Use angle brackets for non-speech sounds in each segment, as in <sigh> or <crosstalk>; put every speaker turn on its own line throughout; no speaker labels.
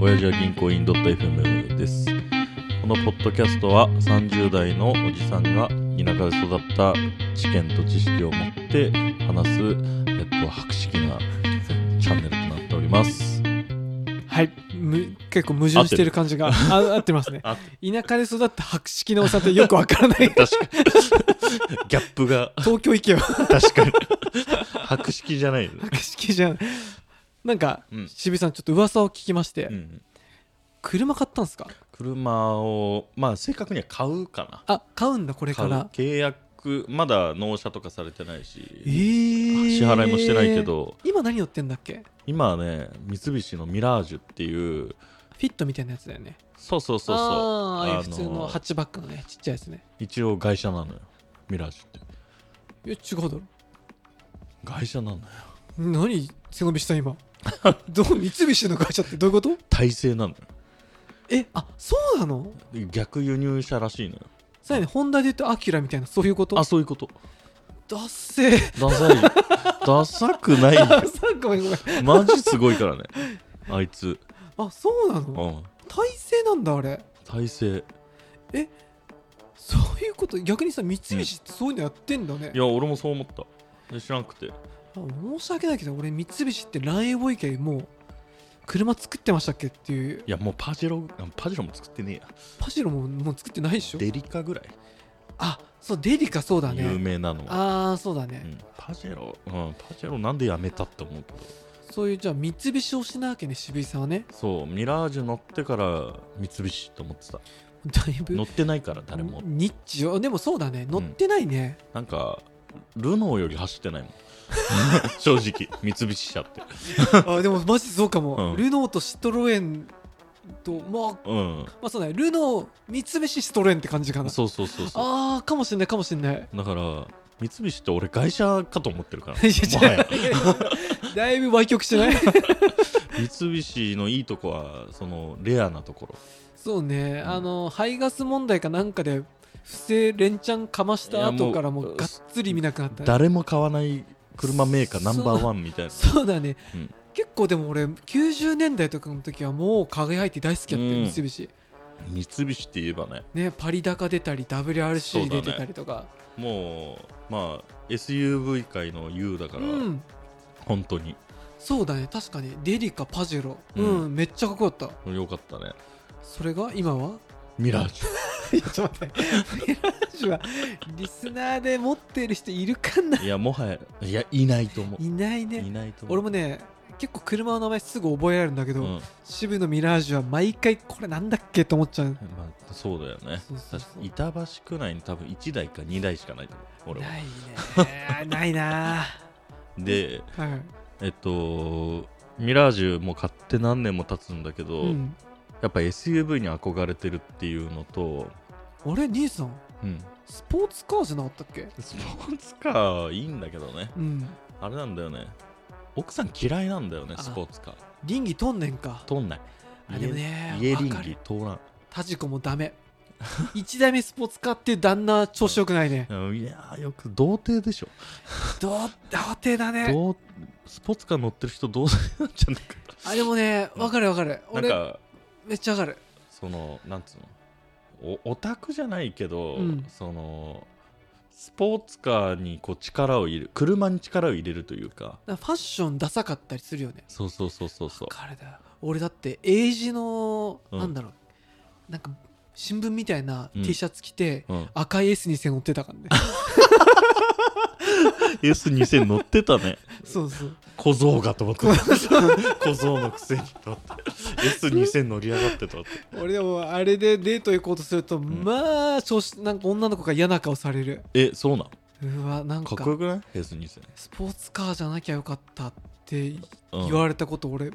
親父は銀行員 .fm ですこのポッドキャストは30代のおじさんが田舎で育った知見と知識を持って話す、えっと、博識なチャンネルとなっております
はいむ結構矛盾してる感じがあ合ってますね
あ
田舎で育った博識のおさんってよくわか
<laughs>
らない
確かにギャップが
東京行けば
確 <laughs> かに博識じゃないよね
博識じゃんなんか、
うん
渋井さんちょっと噂を聞きまして、
うん
車買ったんですか
車をまあ正確には買うかな
あ買うんだこれ
買
か
う
ら
契約まだ納車とかされてないし、
えー
支払いもしてないけど
今何乗ってんだっけ
今はね三菱のミラージュっていう
フィットみたいなやつだよね
そうそうそうそう
あーああいう
あ
普通のハッチバックのねちっちゃいやつね
一応外車なのよミラージュって
え違うだろ
外車なのよ
何背伸びした今どう三菱の会社ってどういうこと
体制なのよ
えあそうなの
で逆輸入車らしいのよ
さらにホンダで言うとアキラみたいなそういうこと
あそういうこと
ダッセー
ダサいダサくない
あ
よ
さごめんごめん
マジすごいからねあいつ、
あそうな
う
の
ん、
体制なんだあれ
体制
そういうこと逆にさ三菱ってそういうのやってんだね、
いや俺もそう思ったで知らなくて
あ申し訳ないけど俺三菱ってランエボイ系もう車作ってましたっけっていう
いやもうパジェロあパジェロも作ってねえや
パジロももう作ってないでしょ
デリカぐらい
あそうデリカそうだ
有
ね
名なのは、
ああそうだね、
うんパジェロ、うん、パジェロなんでやめたって思うけど
そういうじゃあ三菱推しなわけね渋井さんはね
そうミラージュ乗ってから三菱と思ってた
だいぶ
乗ってないから誰も
ニッチよでもそうだね乗ってないね、
なんかルノーより走ってない
<laughs>
もん正直三菱車って
あでもマジそうかも、
うん
ルノーとシトロエンとまあ
うん
まあそうだねルノー三菱シトロエンって感じかな
そうそうそうそ
あーかもしれないかもしれないいや
うだから三菱って俺外車かと思ってるからもは
違
や
<laughs> ういやいやだいぶ歪曲して
<laughs>
ない
三菱のいいとこはそのレアなところ
そうねあの排ガス問題かなんかで不正連チャンかまし
い
た
やも
後
う
からもうがっつり見なくなったね
誰も買わない車メーカーナンバーワンみたいな
そうだね、
うん
結構でも俺90年代とかの時はもう輝いて大好きやって
う
る
ん
三菱、
三菱って言えばね
ねパリ高出たり
そう
WRC
だね
出てたりとか
もうまあ SUV 界の U だから、
うん
本当に
そうだね確かにデリカパジェロう
うん
ん、めっちゃかっこよかった
よかったね
それが今は
ミラージュ
<laughs> いやちょっと待ってミラージュはリスナーで持ってる人いるかない
や、もはや、いや、いないと思う。
いないね
いないと思う。
俺もね結構車の名前すぐ覚えられるんだけど、
うん、
渋のミラージュは毎回これなんだっけと思っちゃ <laughs> う
まあ、そうだよね。
そうそうそう
確か板橋区内に多分1台か2台しかないと思う。俺は。
ないねないな
で、
ぁはい、
えっと、ミラージュも買って何年も経つんだけど、
うん、
やっぱ SUV に憧れてるっていうのと、
あれ兄さん
うん、
スポーツカーじゃなかったっけ
スポーツカーいいんだけどね。
うん
あれなんだよね。奥さん嫌いなんだよね、
あ
スポーツカー。
倫理とんねんか
通んない。
あでもね
家家
わ
倫
かる
理通らん。
タジコもダメ一代目スポーツカーっていう旦那調子よくないね
うんいやーよく童貞でしょ。
どう童貞だね
どうスポーツカー乗ってる人どうなっちゃうんだか
あでもねわかるわかる
なん
俺
か
めっちゃわかる
そのなんつうのおオタクじゃないけど、
うん
そのスポーツカーにこう力を入れる車に力を入れるというか
なんかファッションダサかったりするよね
そうそうそうそうそう
彼だよ俺だって英字の、
うん
なんだろうなんか新聞みたいな
うん
T シャツ着て、
うん、
赤い S2000 乗って
<laughs>
たからね
S2000 乗ってたね
そうそう
<laughs> 小僧がと思ってた <laughs> 小僧のくせにと思って S2000 乗り上がってと思って
俺でもあれでデート行こうとすると、
ん
まあ調子なんか女の子が嫌な顔される
えそうなん
うわなん
かっ
か
こよくない ?S2000、
スポーツカーじゃなきゃよかったって
うん
言われたこと俺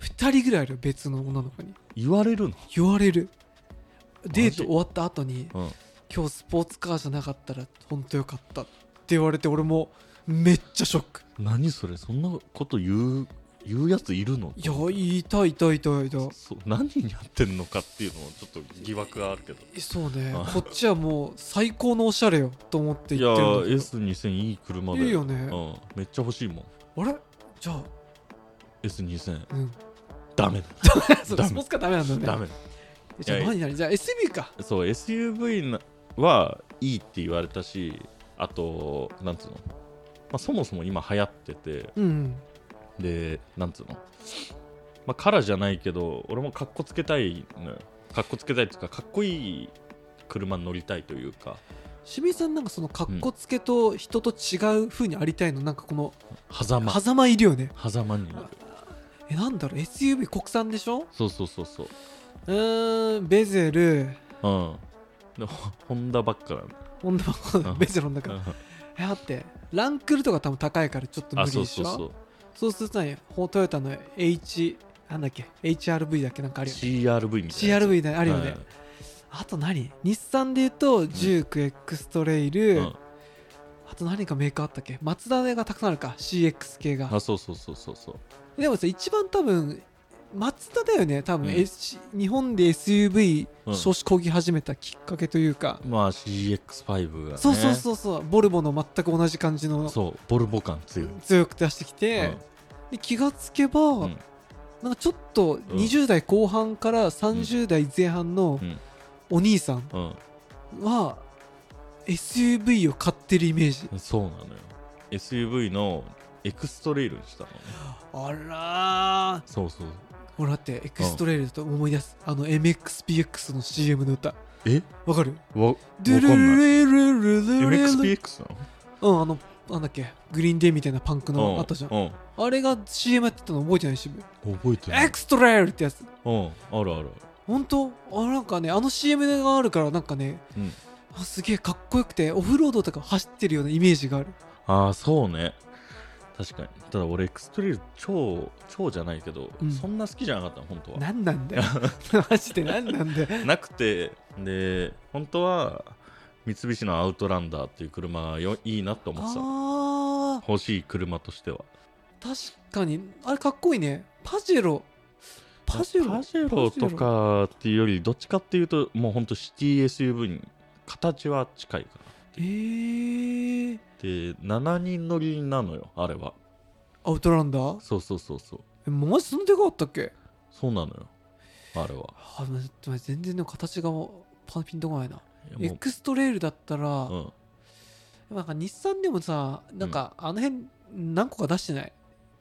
2人ぐらいいる別の女の子に
言われるの、
言われるデー
マジ
ト終わった後に
うん、
今日スポーツカーじゃなかったら本当よかったって言われて俺もめっちゃショック
何それそんなこと言う言うやついるの
いやいたいたいたいた
そう何にやってんのかっていうのもちょっと疑惑があるけど
えそうね
あ
こっちはもう最高のおしゃれよと思って
い
言
や
ってるんだけ
ー
ど
S2000 いい車だ
いいよね
うん、めっちゃ欲しいもん
あれじゃあ
S2000
うん
ダメ
<laughs> そう
ダメ
スポーツカーダメなんだよね
ダメ
じゃあ何何じゃあ SUV か
そう SUV なはいいって言われたしあとなんつうの、まあ、そもそも今流行ってて
うんうん
でなんつうのまあからじゃないけど俺もかっこつけたいのよかっこつけたいっていうかかっこいい車に乗りたいというか
清水さんなんかそのかっこつけと人と違う風にありたいのなんかこの
狭間
狭間いるよね
狭間になる
えなんだろう SUV 国産でしょ
そうそうそうそう
うーんベゼル
うんでほホンダばっかなの
ホンダ
う
は
ん
ベゼルの中
うん
えだってランクルとか多分高いからちょっと無
あ
理
そ
で
う
し
そ
ょ
うそ
そう
う
するとねほトヨタの H なんだっけ HRV だっけなんかあるよね
CRV みたいな
CRV だねあるよね、
はい
あと何日産で言うとジューク X トレイル、
うん
あと何かメーカーあったっけ松田がたくさんあるか CX 系が
あそうそうそうそうそう
でもさ一番多分松田だよね多分、
うん
S 日本で SUV
うん
少子こぎ始めたきっかけというか、
まあ CX5 がね
そうそうそうそうボルボの全く同じ感じの
そうボルボ感強い、
強く出してきて、で気がつけば、
うん
なんかちょっと20代後半から30代前半の
うん
お兄さん
うん、
は SUV を買ってるイメージ
うん、そうなのよ SUV のエクストレイルにしたのね
あらー
そうそう
ほらだってエクストレイルだと思い出す、あの MXPX の CM の歌
え
わかる
わわ
ドゥルルルルルルルルル
MXPX な
うんあのなんだっけグリーンデーみたいなパンク
の
のあったじゃん
うん
あれが CM やってたの覚えてないし
うん覚えてない
エクストレイルってやつ
うんあるある
本当あなんかねあの CM があるからなんかね
うん
あすげえかっこよくてオフロードとか走ってるようなイメージがある
ああそうね確かにただ俺エクストレイル超超じゃないけど、
うん
そんな好きじゃなかったの本当は
なんな
<laughs>
んだよマジでなんなんだよ
なくてで本当は三菱のアウトランダーっていう車がよいいなと思ってたの
あ
欲しい車としては
ー確かにあれかっこいいねパジェロパジェロ
パジェロとかっていうよりどっちかっていうともうほんとシティ SUV に形は近いかな
えー、
で7人乗りなのよあれは
アウトランダー
そうそうそうそう
えマジそんなでかかったっけ
そうなのよあれは
あまちょっと待って全然でも形がパンピンとこないないエ
やも
クストレイルだったら、
ううん
なんか日産でもさなんかあの辺何個か出してない、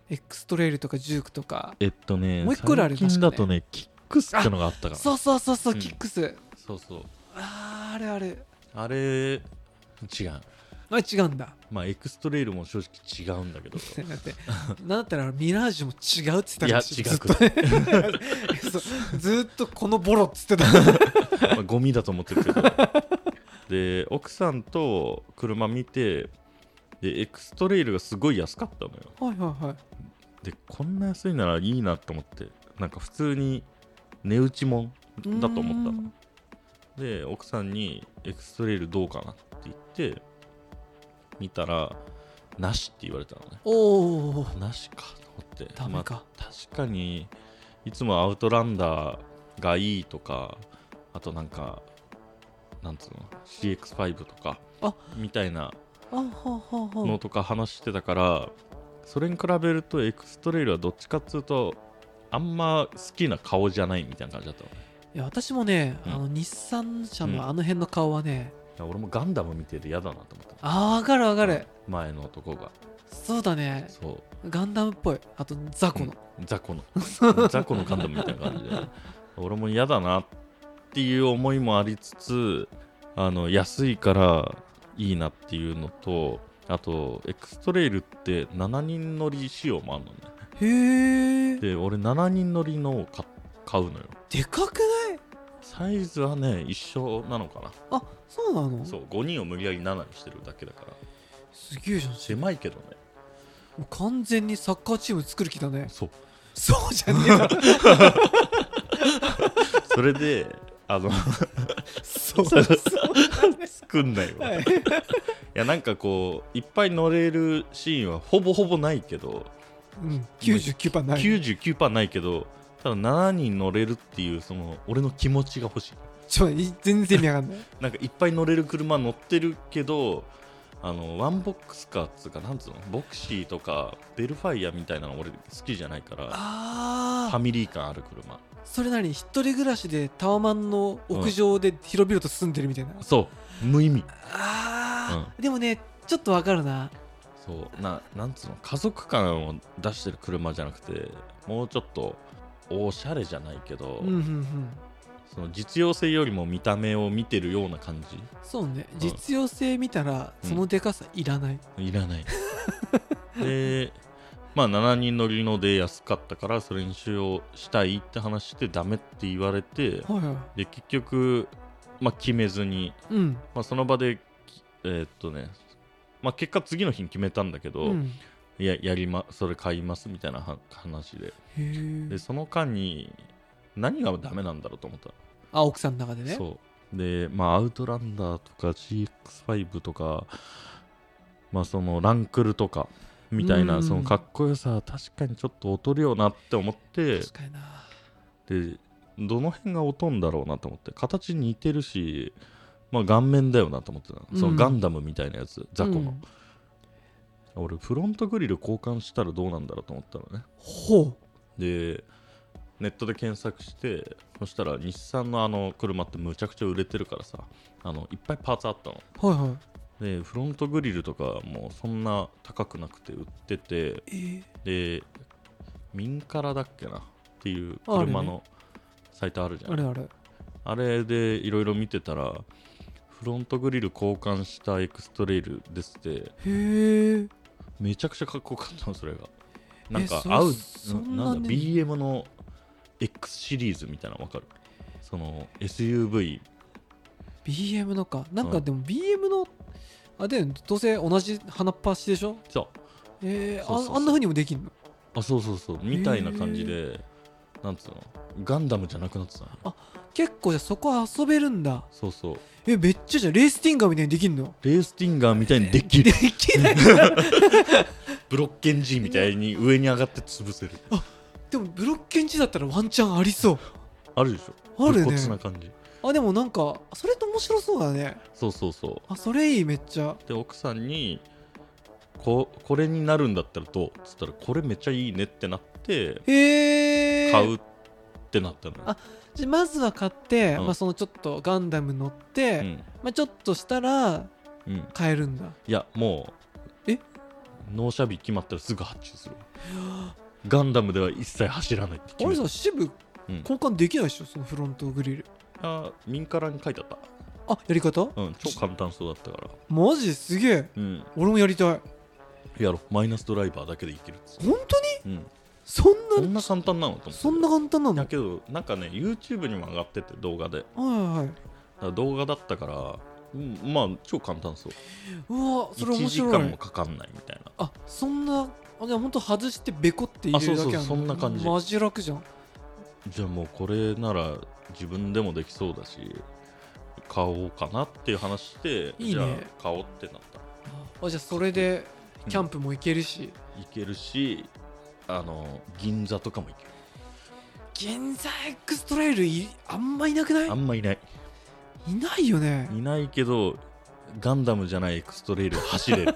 X トレイルとかジュークとか
えっとね
もう一個ぐらいあるよ
最近だ
確か
と
ね
ねキックスってのがあったから
そうそうそうそう、
うん
キックス
そうそう
あーあれあれ
あれ違う
あ違うんだ
まあエクストレイルも正直違うんだ
<laughs>
けど
だって
<laughs>
なんだったらミラージュも違うっつってたし
いや
ずっとそうずっとこのボロっつ
<laughs>
ってた
まあゴミだと思ってる
<laughs>
けどで奥さんと車見てでエクストレイルがすごい安かったのよ
はいはいはい
でこんな安いならいいなと思ってなんか普通に値打ちもんだと思ったので奥さんに「エクストレイルどうかな?」って言って見たら「なし」って言われたのね
おおー
なしかと思って
ダメか
まあ確かにいつもアウトランダーがいいとかあとなんかなんつうの CX5 とか
あ
みたいな
あははは
のとか話してたからそれに比べるとエクストレイルはどっちかっつうとあんま好きな顔じゃないみたいな感じだったのね
いや私もね、
うん
あの日産車
うん
のあの辺の顔はね、
いや俺もガンダム見てて嫌だなと思った
ああ分かる分かる、
前の男が
そうだね
そう
ガンダムっぽいあとザコの、
雑魚の雑魚のガンダムみたいな感じで俺も嫌だなっていう思いもありつつあの安いからいいなっていうのとあとエクストレイルって7人乗り仕様もあるのね
へえ
で俺7人乗りのを買買うのよ
でかくない
サイズはね一緒なのかな
あそうなの
そう5人を無理やり7にしてるだけだから
すげえじゃん
狭いけどね
もう完全にサッカーチーム作る気だね
そう
そうじゃねえだろ
それであの
<laughs>
<laughs>
そうそう
作んないわ
はい
いやなんかこういっぱい乗れるシーンはほぼほぼないけど、
うん、99%ない
99%ないけどただ7人乗れるっていうその俺の気持ちが欲しい
ちょい全然意味わか <laughs> んない
なんかいっぱい乗れる車乗ってるけどあのワンボックスカーっつうかなんつうのボクシーとかベルファイアみたいなの俺好きじゃないから
あ
ァミリー感ある車
それなりに一人暮らしでタワマンの屋上で広々と住んでるみたいな、あ
そう無意味
あー、でもねちょっとわかるな
そうななんつうの家族感を出してる車じゃなくてもうちょっとおしゃれじゃないけど、
うんうんうん
その実用性よりも見た目を見てるような感
そうね
ん
実用性見たら
うん
そのでかさいらない、
じいら
<laughs>
ないでまあ7人乗りので安かったからそれに使用したいって話してダメって言われて
はいはい
で結局、まあ、決めずに、
うん
まあ、その場できえーっとねまあ、結果次の日に決めたんだけど、
うん
いややりまそれ買いますみたいなは話で
へえ
でその間に何がダメなんだろうと思った
あ奥さんの中でね
そうでまあアウトランダーとか GX5 とかまあそのランクルとかみたいな
うん
そのかっこよさは確かにちょっと劣るよなって思って
確かにな
でどの辺が劣んだろうなと思って形似てるしまあ顔面だよなと思ってたの、
うん
そのガンダムみたいなやつ雑魚の、
うん
俺フロントグリル交換したらどうなんだろうと思ったのね
ほ
でネットで検索してそしたら日産のあの車ってむちゃくちゃ売れてるからさあのいっぱいパーツあったの
うはいはい
でフロントグリルとかもそんな高くなくて売ってて
えー、
でミンカラだっけなっていう
あるね
車のサイトあるじゃん
あれあれ
あれでいろいろ見てたらフロントグリル交換したエクストレイルですって
へえ
めちゃくちゃかっこよかったのそれがなんか
そ
合う
そんな
ななんだ
ね
BM の X シリーズみたいなの分かるその SUV
BM のかなんか
うん
でも BM のあでどうせ同じ鼻っ端でしょ
そう
えー、
そうそうそう
ああんなふうにもできんの
あそうそうそうみたいな感じでなんつうのガンダムじゃなくなってたの
結構じゃあそこは遊べるんだ
そうそう
えめっちゃじゃんレースティンガーみたいにできんの
レースティンガーみたいにでき
で
る
きない
<laughs> ブロッケン G みたいに上に上がって潰せる
でもブロッケンチだったらワンチャンありそ
あるでし
う
ょ
ある
武骨
ね
な感じ
あでもなんかそれと面白そうだね
そうそうそう
あそれいいめっちゃ
で奥さんにここれになるんだったらどうっつったらこれめっちゃいいねってなって
へえ
買うってなったのよ、
あじゃまずは買って、
うん
まあ、そのちょっとガンダム乗って、
うん
まあ、ちょっとしたら
うん、い
買えるんだ
やもう
え
納車日決まったらすぐ発注するガンダムでは一切走らないって
あ
決
れ
めた
さ支部
うん
交換できないでしょそのフロントグリル
あ民からに書いてあっ
あやり方
た、うん、超簡単そうだったから、
マジすげえ
うん、
俺もやりたい
やろマイナスドライバーだけでいけるっつって
本当に
うん、
そ
こ
んなん
な簡単なのと思って
そんな簡単なの
だけどなんかね YouTube にも上がってて動画で
はいはいはい
だから動画だったから、うん、まあ超簡単そう
うわそれ
1時
面白
間
い
もかかんないみたいな
あそんなあじゃあほんと外してベコって入れるだけ
あそうそうそんな感じ
マジ楽じゃん
じゃあもうこれなら自分でもできそうだし買おうかなっていう話して
いいね
じゃあ買おうってなった
あじゃあそれでキャンプも行けるし、
いけるしあの銀座とかも行け
銀座 X トレイルいあんまいなくない
るあんまいない
いないよね
いないけどガンダムじゃないエクストレイルを走れ
<laughs>
る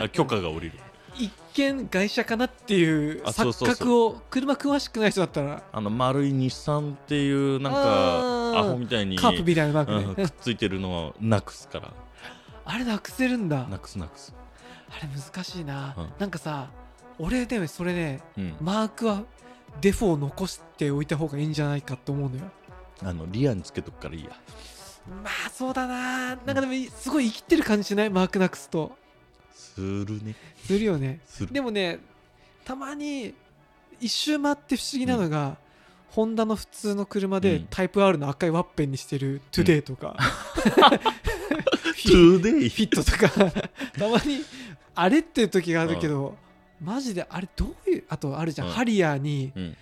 あ許可が下りる
一見外車かなっていう
あそうそ
錯
うそう
覚を車詳しくない人だったら
あの丸い日産っていうなん
あー
かアホみたいに
カープみたいなマ
う
ー
ん
ク
く
ね
っついてるのはなくすから
あれなくせるんだあ
なくすなくす
れ難しいな、
うん
なんかさ俺でもそれね
うん
マークはデフォを残しておいた方がいいんじゃないかと思うのよ
あのリアにつけとくからいいや
まあそうだななんかでもいすごい生きてる感じしないマークなくすと
するね
するよね
する
でもねたまに一周回って不思議なのが、ホンダの普通の車
う
で
ん
タイプ R の赤いワッペンにしてるトゥデイとか、
<laughs> トゥデイ
フィットとか
<laughs>
たまにあれっていう時があるけど、マジであれどういうあとあるじゃん、
うん
ハリアーに
うん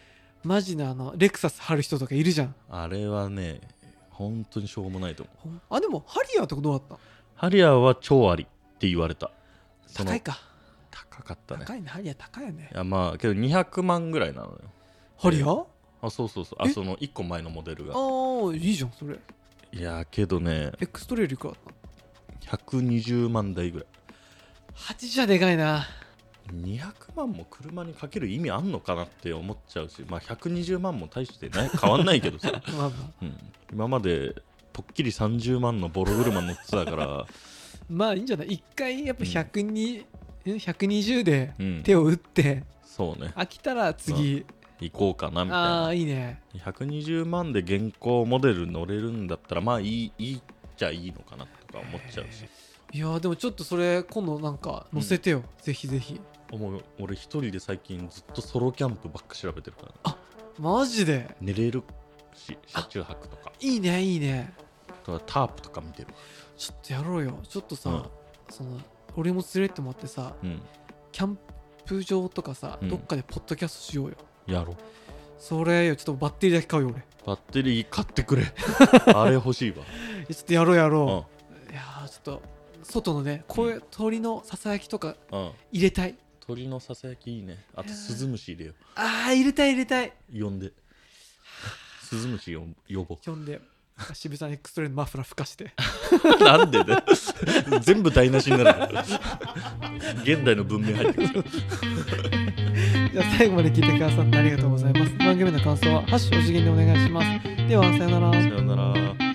マジなあのレクサス貼る人とかいるじゃん
あれはね本当にしょうもないと思う
ほんあでもハリアーとかどうだった
ハリアーは超ありって言われたその
高いか
高かったね
高いねハリアー高いよね
いやまあけど200万ぐらいなのよ
ハリアー
あそうそうそうあ
え
その1個前のモデルが
ああいいじゃんそれ
いやけどね
X トレイルいくらだった
120万台ぐらい
8じゃでかいな
200万も車にかける意味あんのかなって思っちゃうし、まあ、120万も大してね変わんないけど
<laughs>
さ、
まあまあ
うん、今までぽっきり30万のボロ車乗ってた
<laughs>
から、
まあいいんじゃない一回やっぱ100に、ん120で
うん、
手を打って
そうね
飽きたら次、
行こうかなみたい
あ
な
あいいね
120万で現行モデル乗れるんだったらまあいいいいっちゃいいのかなとか思っちゃうし
いやーでもちょっとそれ今度なんか載せてよ、ぜひぜひ
もう俺一人で最近ずっとソロキャンプばっか調べてるから、ね、
マジで
寝れるし車中泊とか
いいねいいね
あとはタープとか見てる
ちょっとやろうよちょっとさ、
うん
その俺も連れてもらってさ
うん
キャンプ場とかさ、
うん
どっかでポッドキャストしようよ
やろう
それよちょっとバッテリーだけ買うよ俺
バッテリー買って <laughs> くれあれ欲しいわ
いやちょっとやろうや
う
ろ
ん
う、いやーちょっと外のねこういう鳥のささやきとか
うん
入れたい
鳥のささやきいいねあとスズムシ入れよ
あー入れたい入れたい
呼んでスズムシ呼呼ぼう
読んで渋さんエクストレのマフラーふかして
<laughs> なんでね全部台無しになる <laughs> から現代の文明入ってくる
じゃあ最後まで聞いてくださってありがとうございます番組の感想は「ハッシュお次元」でお願いしますではさようなら
さようなら